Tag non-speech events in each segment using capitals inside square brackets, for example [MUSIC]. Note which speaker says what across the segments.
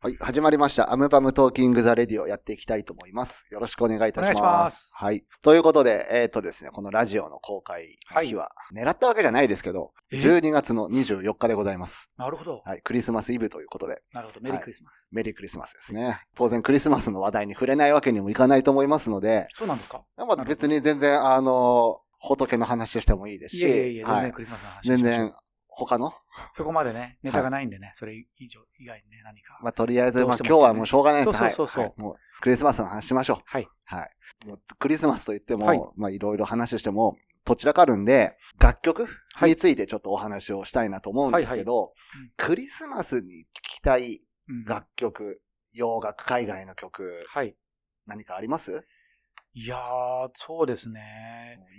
Speaker 1: はい、始まりました。アムパムトーキングザレディをやっていきたいと思います。よろしくお願いいたします。ますはい。ということで、えっ、ー、とですね、このラジオの公開日は、狙ったわけじゃないですけど、12月の24日でございます。
Speaker 2: なるほど。
Speaker 1: はい、クリスマスイブということで。
Speaker 2: なるほど、メリークリスマス、
Speaker 1: はい、メリークリスマスですね。当然クリスマスの話題に触れないわけにもいかないと思いますので。
Speaker 2: そうなんですか
Speaker 1: まあ別に全然、あの、仏の話してもいいですし。
Speaker 2: いやいやいや、全然クリスマスの話
Speaker 1: 全然、他の
Speaker 2: そこまでね、ネタがないんでね、はい、それ以上、以外にね、何か。
Speaker 1: まあ、とりあえず、まあ、今日はもうしょうがないです、
Speaker 2: そうそうそう、はい
Speaker 1: もう、クリスマスの話しましょう。
Speaker 2: はい。
Speaker 1: はい。クリスマスと言っても、はい、まあ、いろいろ話しても、どちらかあるんで、楽曲についてちょっとお話をしたいなと思うんですけど、クリスマスに聴きたい楽曲、うん、洋楽、海外の曲、
Speaker 2: はい。
Speaker 1: 何かあります
Speaker 2: いやー、そうですね。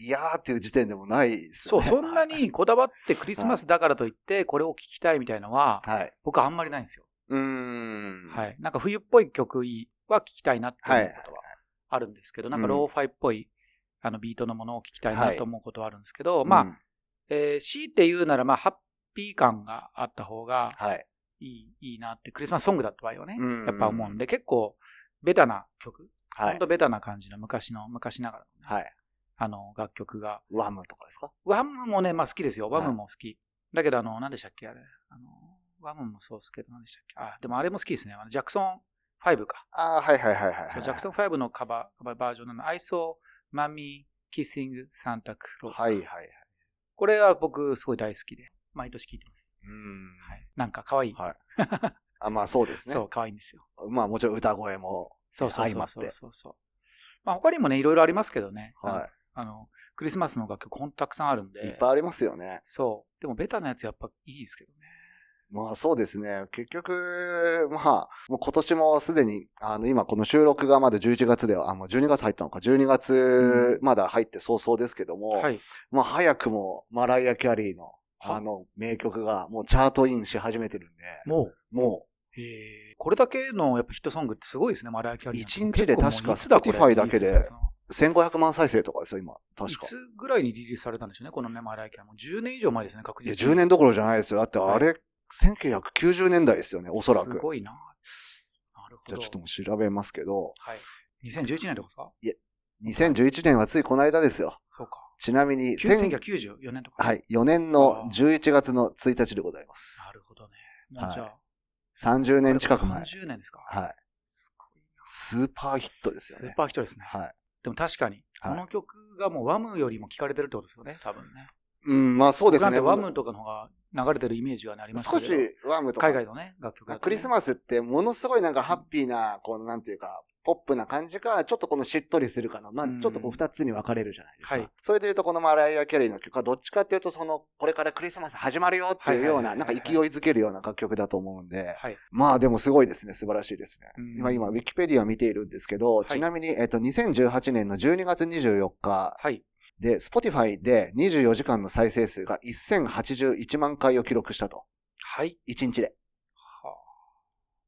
Speaker 1: いやーっていう時点でもないです
Speaker 2: ね。そう、そんなにこだわってクリスマスだからといって、これを聴きたいみたいのは、
Speaker 1: はい、
Speaker 2: 僕はあんまりないんですよ。
Speaker 1: うん。
Speaker 2: はい。なんか冬っぽい曲は聴きたいなって思うことはあるんですけど、はい、なんかローファイっぽい、あのビートのものを聴きたいなと思うことはあるんですけど、はい、まあ、うん、えー、強いて言うなら、まあ、ハッピー感があった方がいい、はい、いいなって、クリスマスソングだった場合はね、やっぱ思うんで、結構、ベタな曲はい、ほんとベタな感じの昔の、昔ながら
Speaker 1: の、ね、はい、
Speaker 2: あの、楽曲が。
Speaker 1: ワムとかですか
Speaker 2: ワムもね、まあ好きですよ。ワムも好き。はい、だけど、あの、何でしたっけあれ。あの、ワムもそうですけど、何でしたっけあ、でもあれも好きですね。あのジャクソン5か。
Speaker 1: ああ、はいはいはいはい、
Speaker 2: そう。ジャクソン5のカバー、カバーバージョンなの。I saw Mummy Kissing Santa Claus。
Speaker 1: はいはいはい。
Speaker 2: これは僕、すごい大好きで、毎年聴いてます。
Speaker 1: うん。
Speaker 2: はい。なんか可愛い。
Speaker 1: はい。あまあそうですね。
Speaker 2: そう、可愛いんですよ。
Speaker 1: まあもちろん歌声も
Speaker 2: そうそうそうそうそう。まあ、他にもね、いろいろありますけどね。
Speaker 1: はい。
Speaker 2: あの、クリスマスの楽曲、ほんとたくさんあるんで。
Speaker 1: いっぱいありますよね。
Speaker 2: そう。でも、ベタなやつやっぱいいですけどね。
Speaker 1: まあそうですね。結局、まあ、もう今年もすでに、あの、今この収録がまだ11月では、あ、もう12月入ったのか、12月、まだ入って早々ですけども、うん、
Speaker 2: はい。
Speaker 1: まあ早くもマライア・キャリーの、あの、名曲がもうチャートインし始めてるんで、
Speaker 2: も
Speaker 1: う、もう、
Speaker 2: えー、これだけのやっぱヒットソングってすごいですね、マライア・キャリー。
Speaker 1: 1日で確か、スタティファイだけで1500万再生とかですよ、今。確か。
Speaker 2: いつぐらいにリリースされたんでしょうね、このね、マライア・キャリー。もう10年以上前ですね、確実
Speaker 1: に。10年どころじゃないですよ。だってあれ、はい、1990年代ですよね、おそらく。す
Speaker 2: ごいな。なるほど。
Speaker 1: じゃあちょっともう調べますけど。
Speaker 2: はい。2011年とかですか
Speaker 1: いえ、2011年はついこの間ですよ。
Speaker 2: そうか。
Speaker 1: ちなみに、
Speaker 2: 1994年とか。
Speaker 1: はい、4年の11月の1日でございます。
Speaker 2: なるほどね。まあ、じゃあ、はい
Speaker 1: 30年近く前。
Speaker 2: 30年ですか
Speaker 1: はい。
Speaker 2: すごいな。
Speaker 1: スーパーヒットですよ
Speaker 2: ね。スーパーヒットですね。
Speaker 1: はい。
Speaker 2: でも確かに、この曲がもうワムよりも聴かれてるってことですよね、多分ね。
Speaker 1: うん、まあそうですね。
Speaker 2: ワムとかの方が流れてるイメージがあります
Speaker 1: けど少しワムと
Speaker 2: か。海外のね、楽曲が、ね、
Speaker 1: クリスマスってものすごいなんかハッピーな、こうなんていうか、ポップな感じか、ちょっとこのしっとりするかの、まあ、ちょっとこう二つに分かれるじゃないですか。うんはい、それで言うと、このマライア・キャリーの曲は、どっちかっていうと、その、これからクリスマス始まるよっていうような、なんか勢いづけるような楽曲だと思うんで、
Speaker 2: はい、
Speaker 1: まあでもすごいですね、素晴らしいですね。うん、今、今、ウィキペディア見ているんですけど、ちなみに、えっと、2018年の12月24日、
Speaker 2: はい、
Speaker 1: で、Spotify で24時間の再生数が1081万回を記録したと。
Speaker 2: はい。
Speaker 1: 1日で。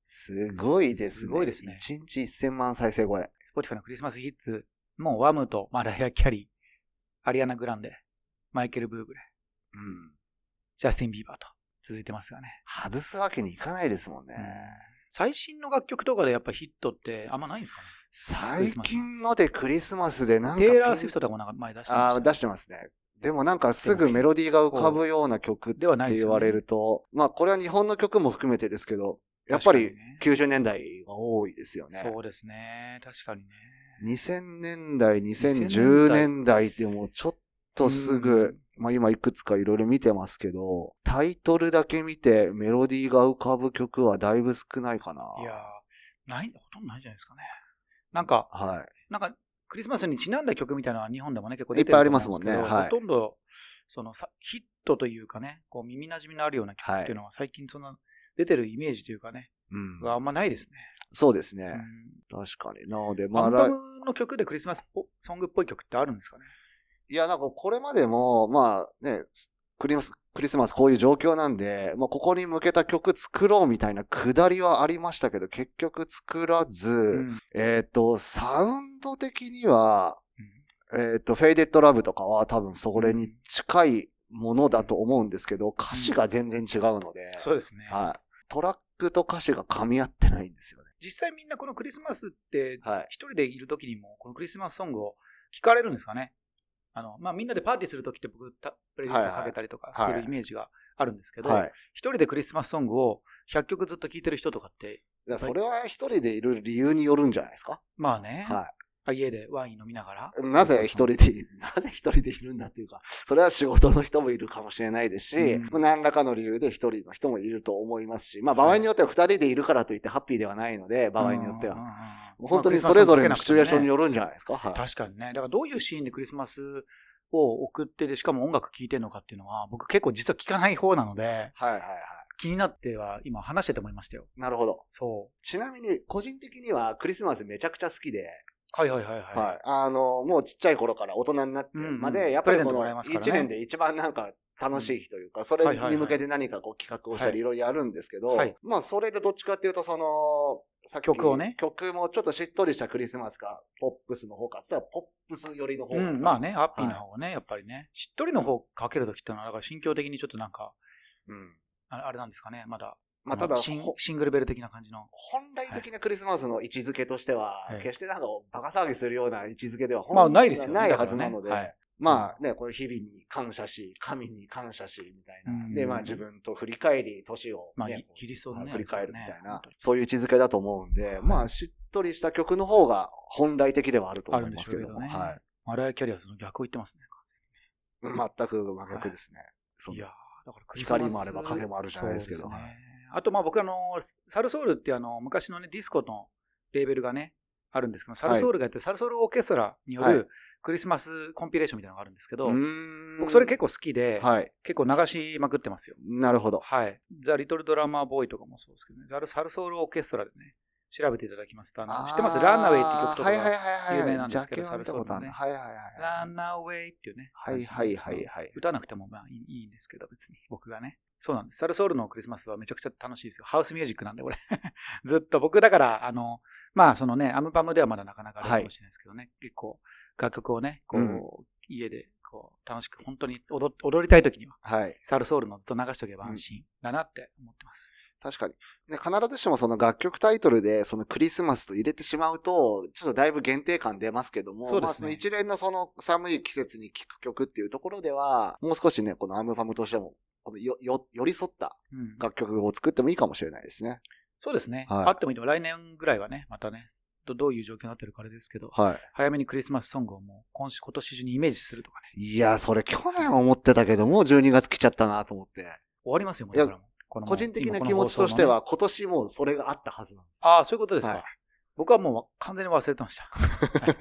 Speaker 1: すごいですね。す
Speaker 2: ごいですね。
Speaker 1: 1日1000万再生超え。
Speaker 2: Spotify のクリスマスヒッツ、もうワムとマライア・キャリー、アリアナ・グランデ、マイケル・ブーブレ、
Speaker 1: うん、
Speaker 2: ジャスティン・ビーバーと続いてますがね。
Speaker 1: 外すわけにいかないですもんね。うん、
Speaker 2: 最新の楽曲とかでやっぱヒットってあんまないんですかね
Speaker 1: 最近のでクリスマスでなんか。、
Speaker 2: テイラー・スウィフトとかもなんか前出してます
Speaker 1: ね、出してますね。でもなんかすぐメロディーが浮かぶような曲って言われると、ね、まあこれは日本の曲も含めてですけど、やっぱり90年代が多いですよね。
Speaker 2: そうですね。確かにね。
Speaker 1: 2000年代、2010年代でもちょっとすぐ、まあ今いくつかいろいろ見てますけど、タイトルだけ見てメロディーが浮かぶ曲はだいぶ少ないかな。
Speaker 2: いやない、ほとんどないんじゃないですかね。なんか、。
Speaker 1: はい
Speaker 2: なんか、クリスマスにちなんだ曲みたいなのは日本でもね、結構出
Speaker 1: るいっ
Speaker 2: て
Speaker 1: ぱいありますもんね。
Speaker 2: はい、ほとんど、そのさ、ヒットというかね、こう耳馴染みのあるような曲っていうのは最近そんな、はい出てるイメージというかね、
Speaker 1: うん、
Speaker 2: があんまないですね。
Speaker 1: そうですね。うん、確かに。なので、
Speaker 2: まあ、アルバムの曲でクリスマスソングっぽい曲ってあるんですかね
Speaker 1: いや、なんかこれまでも、まあね、クリスクリスマスこういう状況なんで、まあ、ここに向けた曲作ろうみたいなくだりはありましたけど、結局作らず、うん、えっ、と、サウンド的には、えっ、と、フェイデッドラブとかは多分それに近いものだと思うんですけど、歌詞が全然違うので、
Speaker 2: そうですね。
Speaker 1: はい。トラックと歌詞が噛み合ってないんですよね。
Speaker 2: 実際みんなこのクリスマスって、
Speaker 1: はい。
Speaker 2: 一人でいる時にも、このクリスマスソングを聞かれるんですかね。あの、まあ、みんなでパーティーする時って僕、たプレイリストかけたりとかす
Speaker 1: はいは
Speaker 2: る
Speaker 1: い
Speaker 2: イメージがあるんですけど、一、
Speaker 1: はい。だか
Speaker 2: 人でクリスマスソングを100曲ずっと聴いてる人とかって、
Speaker 1: らそれは一人でいる理由によるんじゃないですか
Speaker 2: まあね、
Speaker 1: は
Speaker 2: あ家でワイン飲みながら、
Speaker 1: い。なぜ一人で、 [LAUGHS] なぜ一人でいるんだっていうか、それは仕事の人もいるかもしれないですし、
Speaker 2: うん
Speaker 1: まあ何らかの理由で一人の人もいると思いますし、まあ場合によっては二人でいるからといってハッピーではないので、場合によって
Speaker 2: うんう
Speaker 1: は。
Speaker 2: んうんうん
Speaker 1: 本当にそれぞれのシチュエーションに
Speaker 2: ま
Speaker 1: よるんじゃないですか、はい
Speaker 2: あクリスマスソングだけなくてもね確かにね。だからどういうシーンでクリスマスを送ってで、しかも音楽聴いてるのかっていうのは、僕結構実は聞かない方なので、
Speaker 1: はいはいはい。
Speaker 2: 気になっては今話してて思いましたよ。
Speaker 1: なるほど。
Speaker 2: そ
Speaker 1: ちなみに、個人的にはクリスマスめちゃくちゃ好きで、
Speaker 2: う。はいはいはいはい。
Speaker 1: はい。あの、もうちっちゃい頃から大人になってま
Speaker 2: うんう
Speaker 1: で、
Speaker 2: ん
Speaker 1: やっぱりこ
Speaker 2: プレゼント
Speaker 1: の
Speaker 2: もらえますからね
Speaker 1: 1年で一番なんか楽しい日というか、そ
Speaker 2: は
Speaker 1: れ
Speaker 2: いはいはい
Speaker 1: に向けて何かこう企画をしたりいろいろやるんですけど
Speaker 2: はい、
Speaker 1: まあそれでどっちかっていうとその、さっき
Speaker 2: 曲をね
Speaker 1: 曲もちょっとしっとりしたクリスマスか、ポップスの方か、そしたらポップス寄りの方
Speaker 2: う
Speaker 1: が
Speaker 2: ん、まあね、ハッピーな方がね、やっぱりね。しっとりの方かけるときってのは、だから心境的にちょっとなんか、
Speaker 1: うん
Speaker 2: ああれなんですかね、まだ。
Speaker 1: まあただ、
Speaker 2: シン
Speaker 1: ほ
Speaker 2: シングルベル的な感じの。
Speaker 1: 本来的なクリスマスの位置づけとしては、
Speaker 2: はい
Speaker 1: 決してなんかバカ騒ぎするような位置づけでは本
Speaker 2: まあないですよね
Speaker 1: ないはずなので、
Speaker 2: だからねはい
Speaker 1: まあね、これ日々に感謝し、神に感謝し、みたいな。
Speaker 2: うん
Speaker 1: で、まあ自分と振り返り、年を、
Speaker 2: まあ、
Speaker 1: ねこう
Speaker 2: キリストのね。
Speaker 1: 振り返るみたい
Speaker 2: 本
Speaker 1: な
Speaker 2: 当に、
Speaker 1: そういう位置づけだと思うんで、まあしっとりした曲の方が本来的ではあると思いますけども、
Speaker 2: あるんでしょうけどね
Speaker 1: はい。
Speaker 2: マライア・キャリアはその逆を言ってますね。
Speaker 1: 全く真逆ですね。その
Speaker 2: いやーだからクリスマス
Speaker 1: 光もあれば影もあるじゃないですけど
Speaker 2: そうね
Speaker 1: は
Speaker 2: あと、まあ僕、あの、サルソウルってあの、昔のね、ディスコのレーベルがね、あるんですけど、サルソウルがやってるサルソウルオーケストラによ
Speaker 1: はい
Speaker 2: るクリスマスコンピレーションみたいなのがあるんですけど、
Speaker 1: ーん
Speaker 2: 僕それ結構好きで、
Speaker 1: はい。
Speaker 2: 結構流しまくってますよ。
Speaker 1: なるほど。
Speaker 2: はい。ザ・リトル・ドラマー・ボーイとかもそうですけどね、ザル・サルソウル・オーケストラでね、調べていただきますと、あの知ってますランナウェイっていう曲とか
Speaker 1: はいはい
Speaker 2: が、
Speaker 1: はいはい。
Speaker 2: 有名なんですけど
Speaker 1: ジャケは見たことあるなはいはいはいはい。
Speaker 2: ランナウェイっていうね、
Speaker 1: はいはいはいはい。
Speaker 2: 歌わなくてもまあいいいいんですけど、別に僕がね。そうなんです。サルソウルのクリスマスはめちゃくちゃ楽しいですよ。ハウスミュージックなんで、これ。 [LAUGHS] ずっと僕、だから、あの、まあ、そのね、アムバムではまだなかなかあるかもしれないですけどね、結構、楽曲をね、こう、
Speaker 1: うん
Speaker 2: 家で、こう、楽しく、本当に踊踊りたい時には、
Speaker 1: はい。
Speaker 2: サルソウルのずっと流しておけば安心だなって思ってます。
Speaker 1: 確かに。ね、必ずしもその楽曲タイトルでそのクリスマスと入れてしまうと、ちょっとだいぶ限定感出ますけども、
Speaker 2: そうで
Speaker 1: ま
Speaker 2: すね
Speaker 1: あその一連のその寒い季節に聴く曲っていうところでは、もう少しね、このアムファムとしても、このよ、よ、寄り添った
Speaker 2: うん、
Speaker 1: 楽曲を作ってもいいかもしれないですね。
Speaker 2: そうですね。
Speaker 1: はい
Speaker 2: あってもいいと思う来年ぐらいはね、またね、どどういう状況になってるかあれですけど、
Speaker 1: は
Speaker 2: 早めにクリスマスソングをもう今週、今年中にイメージするとかね、
Speaker 1: い。いや、それ去年思ってたけど、もう12月来ちゃったなと思って。
Speaker 2: 終わりますよ、もう
Speaker 1: いや
Speaker 2: だからもうこのもう
Speaker 1: 個人的
Speaker 2: 今
Speaker 1: な
Speaker 2: この
Speaker 1: 気持ちとして
Speaker 2: 放送のね
Speaker 1: は、今年もうそれがあったはずなんです。
Speaker 2: ああ、そういうことですか。
Speaker 1: はい
Speaker 2: 僕はもう完全に忘れて
Speaker 1: [LAUGHS]
Speaker 2: ました。はい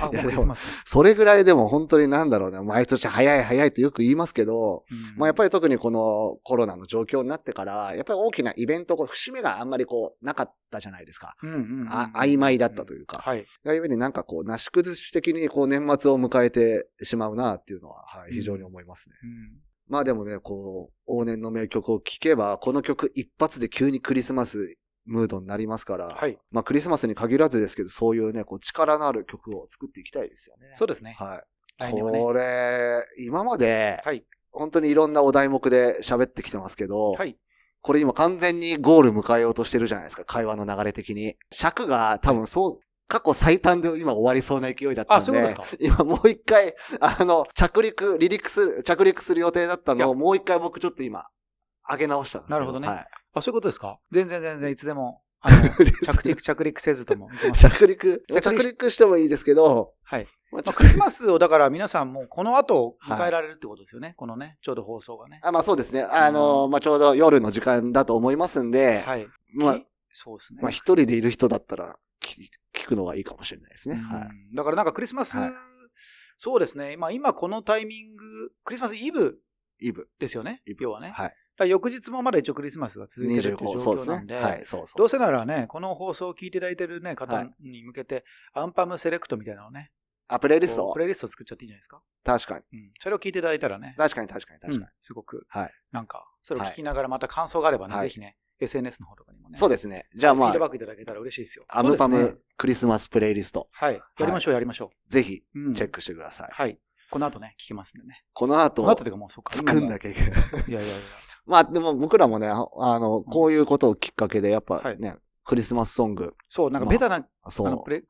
Speaker 2: あ、もうクリスマスか。
Speaker 1: それぐらいでも本当になんだろうな、毎年早い早いってよく言いますけど、
Speaker 2: うん
Speaker 1: まあやっぱり特にこのコロナの状況になってから、やっぱり大きなイベント、こう節目があんまりこうなかったじゃないですか。
Speaker 2: うんうんうん
Speaker 1: あ曖昧だったというか
Speaker 2: はい。
Speaker 1: いわゆるなんかこう、なし崩し的にこう年末を迎えてしまうなっていうのは、はい、
Speaker 2: うん
Speaker 1: 非常に思いますね。
Speaker 2: うん
Speaker 1: まあでもね、こう、往年の名曲を聴けば、この曲一発で急にクリスマスムードになりますから、
Speaker 2: はい。
Speaker 1: まあクリスマスに限らずですけど、そういうね、こう力のある曲を作っていきたいですよね。
Speaker 2: そうですね。
Speaker 1: はい。
Speaker 2: 来年はね。
Speaker 1: これ、今まで、
Speaker 2: はい。
Speaker 1: 本当にいろんなお題目で喋ってきてますけど、
Speaker 2: はい。
Speaker 1: これ今完全にゴール迎えようとしてるじゃないですか、会話の流れ的に。尺が多分そう、過去最短で今終わりそうな勢いだったんで。
Speaker 2: あそういうことです
Speaker 1: 今もう一回、あの、着陸、離陸する、着陸する予定だったのをもう一回僕ちょっと今、上げ直したんですけ
Speaker 2: なるほどね
Speaker 1: はい
Speaker 2: あ、そういうことですか全然全然いつで
Speaker 1: [LAUGHS]
Speaker 2: も、あの、
Speaker 1: クリス
Speaker 2: 着陸、着陸せずとも行けます。
Speaker 1: 着陸、
Speaker 2: 着陸
Speaker 1: 着陸してもいいですけど、
Speaker 2: はい。
Speaker 1: まあ
Speaker 2: まあ、
Speaker 1: 着
Speaker 2: クリスマスをだから皆さんもうこの後迎えられるってことですよね。このね、ちょうど放送がね。
Speaker 1: あまあそうですね。あの、まあちょうど夜の時間だと思いますんで、
Speaker 2: はい。
Speaker 1: まあ、
Speaker 2: そうですね。
Speaker 1: まあ、一人でいる人だったら聞、聞くのがいいかもしれないですね。
Speaker 2: うん
Speaker 1: はい。
Speaker 2: だからなんかクリスマス、
Speaker 1: はい
Speaker 2: そうですね。まあ今このタイミング、クリスマスイブ
Speaker 1: イブ。
Speaker 2: ですよね
Speaker 1: イ。ブ
Speaker 2: 要はね。
Speaker 1: はい
Speaker 2: だから翌日もまだ一応クリスマスが続いてるっていう
Speaker 1: 25、そ
Speaker 2: 状
Speaker 1: うで
Speaker 2: 況
Speaker 1: す
Speaker 2: なん
Speaker 1: ね。
Speaker 2: で、
Speaker 1: はい、そうそう。
Speaker 2: どうせならね、この放送を聞いていただいてる、ね、
Speaker 1: は
Speaker 2: 方に向けて、アンパムセレクトみたいなのをね、
Speaker 1: あ、プレイリス
Speaker 2: こ
Speaker 1: ト
Speaker 2: うプレイリストを作っちゃっていいんじゃないですか。
Speaker 1: 確かに。
Speaker 2: うん、それを聞いていただいたらね、
Speaker 1: 確かに確かに確かに。
Speaker 2: うんすごく、
Speaker 1: はい
Speaker 2: なんか、それを聞きながらまた感想があればね、
Speaker 1: はい
Speaker 2: ぜひね、SNS の方とかにもね、
Speaker 1: そうですね。じゃあ
Speaker 2: フ
Speaker 1: ま
Speaker 2: ィードバ
Speaker 1: あ、
Speaker 2: ックいただけたら嬉しいですよ。
Speaker 1: アムパ
Speaker 2: そうですね
Speaker 1: ムクリスマスプレイリスト、
Speaker 2: はい。やりましょう、やりましょ
Speaker 1: ぜひ
Speaker 2: う。うん
Speaker 1: チェックしてください。
Speaker 2: はい。この後ね、聞きますんでね。
Speaker 1: この後、
Speaker 2: この後というかもうそっか。
Speaker 1: 作んな
Speaker 2: き
Speaker 1: きゃいけない。 [LAUGHS]
Speaker 2: ゃ。いやいやいや。
Speaker 1: まあでも僕らもね、あの、こういうことをきっかけで、やっぱね、クリスマスソング、
Speaker 2: そう、なんかベタな、あの
Speaker 1: そ
Speaker 2: プレイ、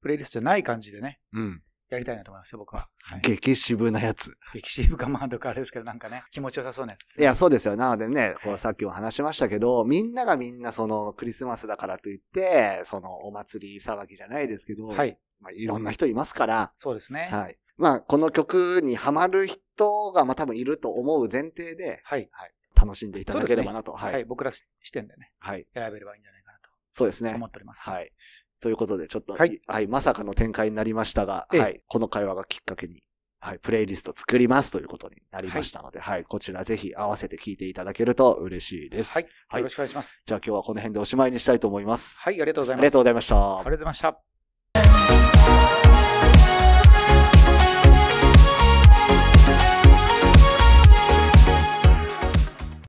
Speaker 2: プレイリストじゃない感じでね、
Speaker 1: う、うん、
Speaker 2: やりたいなと思いますよ、僕は。はい。
Speaker 1: 激渋なやつ。
Speaker 2: 歴史部かマンドかあれですけど、なんかね、気持ちよさそうなやつです
Speaker 1: い
Speaker 2: ね。
Speaker 1: や、そうですよ。なのでね、こうさっきも話しましたけど、みんながみんなそのクリスマスだからといって、そのお祭り騒ぎじゃないですけど、。
Speaker 2: はいい。
Speaker 1: まあ、いろんな人いますから、
Speaker 2: そうですね。はい。
Speaker 1: はい。まあ、この曲にハマる人が、まあ多分いると思う前提で、楽しんでいただければなと。
Speaker 2: はい。
Speaker 1: はい。
Speaker 2: 僕ら視点でね、
Speaker 1: はい。
Speaker 2: 選べればいいんじゃないかな
Speaker 1: そうです
Speaker 2: と
Speaker 1: ね
Speaker 2: 思。っております。
Speaker 1: はい。ということで、ちょっと、
Speaker 2: は
Speaker 1: はいい、まさかの展開になりましたが、
Speaker 2: ええ
Speaker 1: はい。この会話がきっかけに、はい。プレイリスト作りますということになりましたので、はい。こちらぜひ合わせて聞いていただけると嬉しいです。
Speaker 2: はい。よろしくお願いします。
Speaker 1: じゃあ今日はこの辺でおしまいにしたいと思います。
Speaker 2: はい、ありがとうござ
Speaker 1: あ
Speaker 2: います。
Speaker 1: りがとうご
Speaker 2: ざい
Speaker 1: ざいました
Speaker 2: ありがとうございました。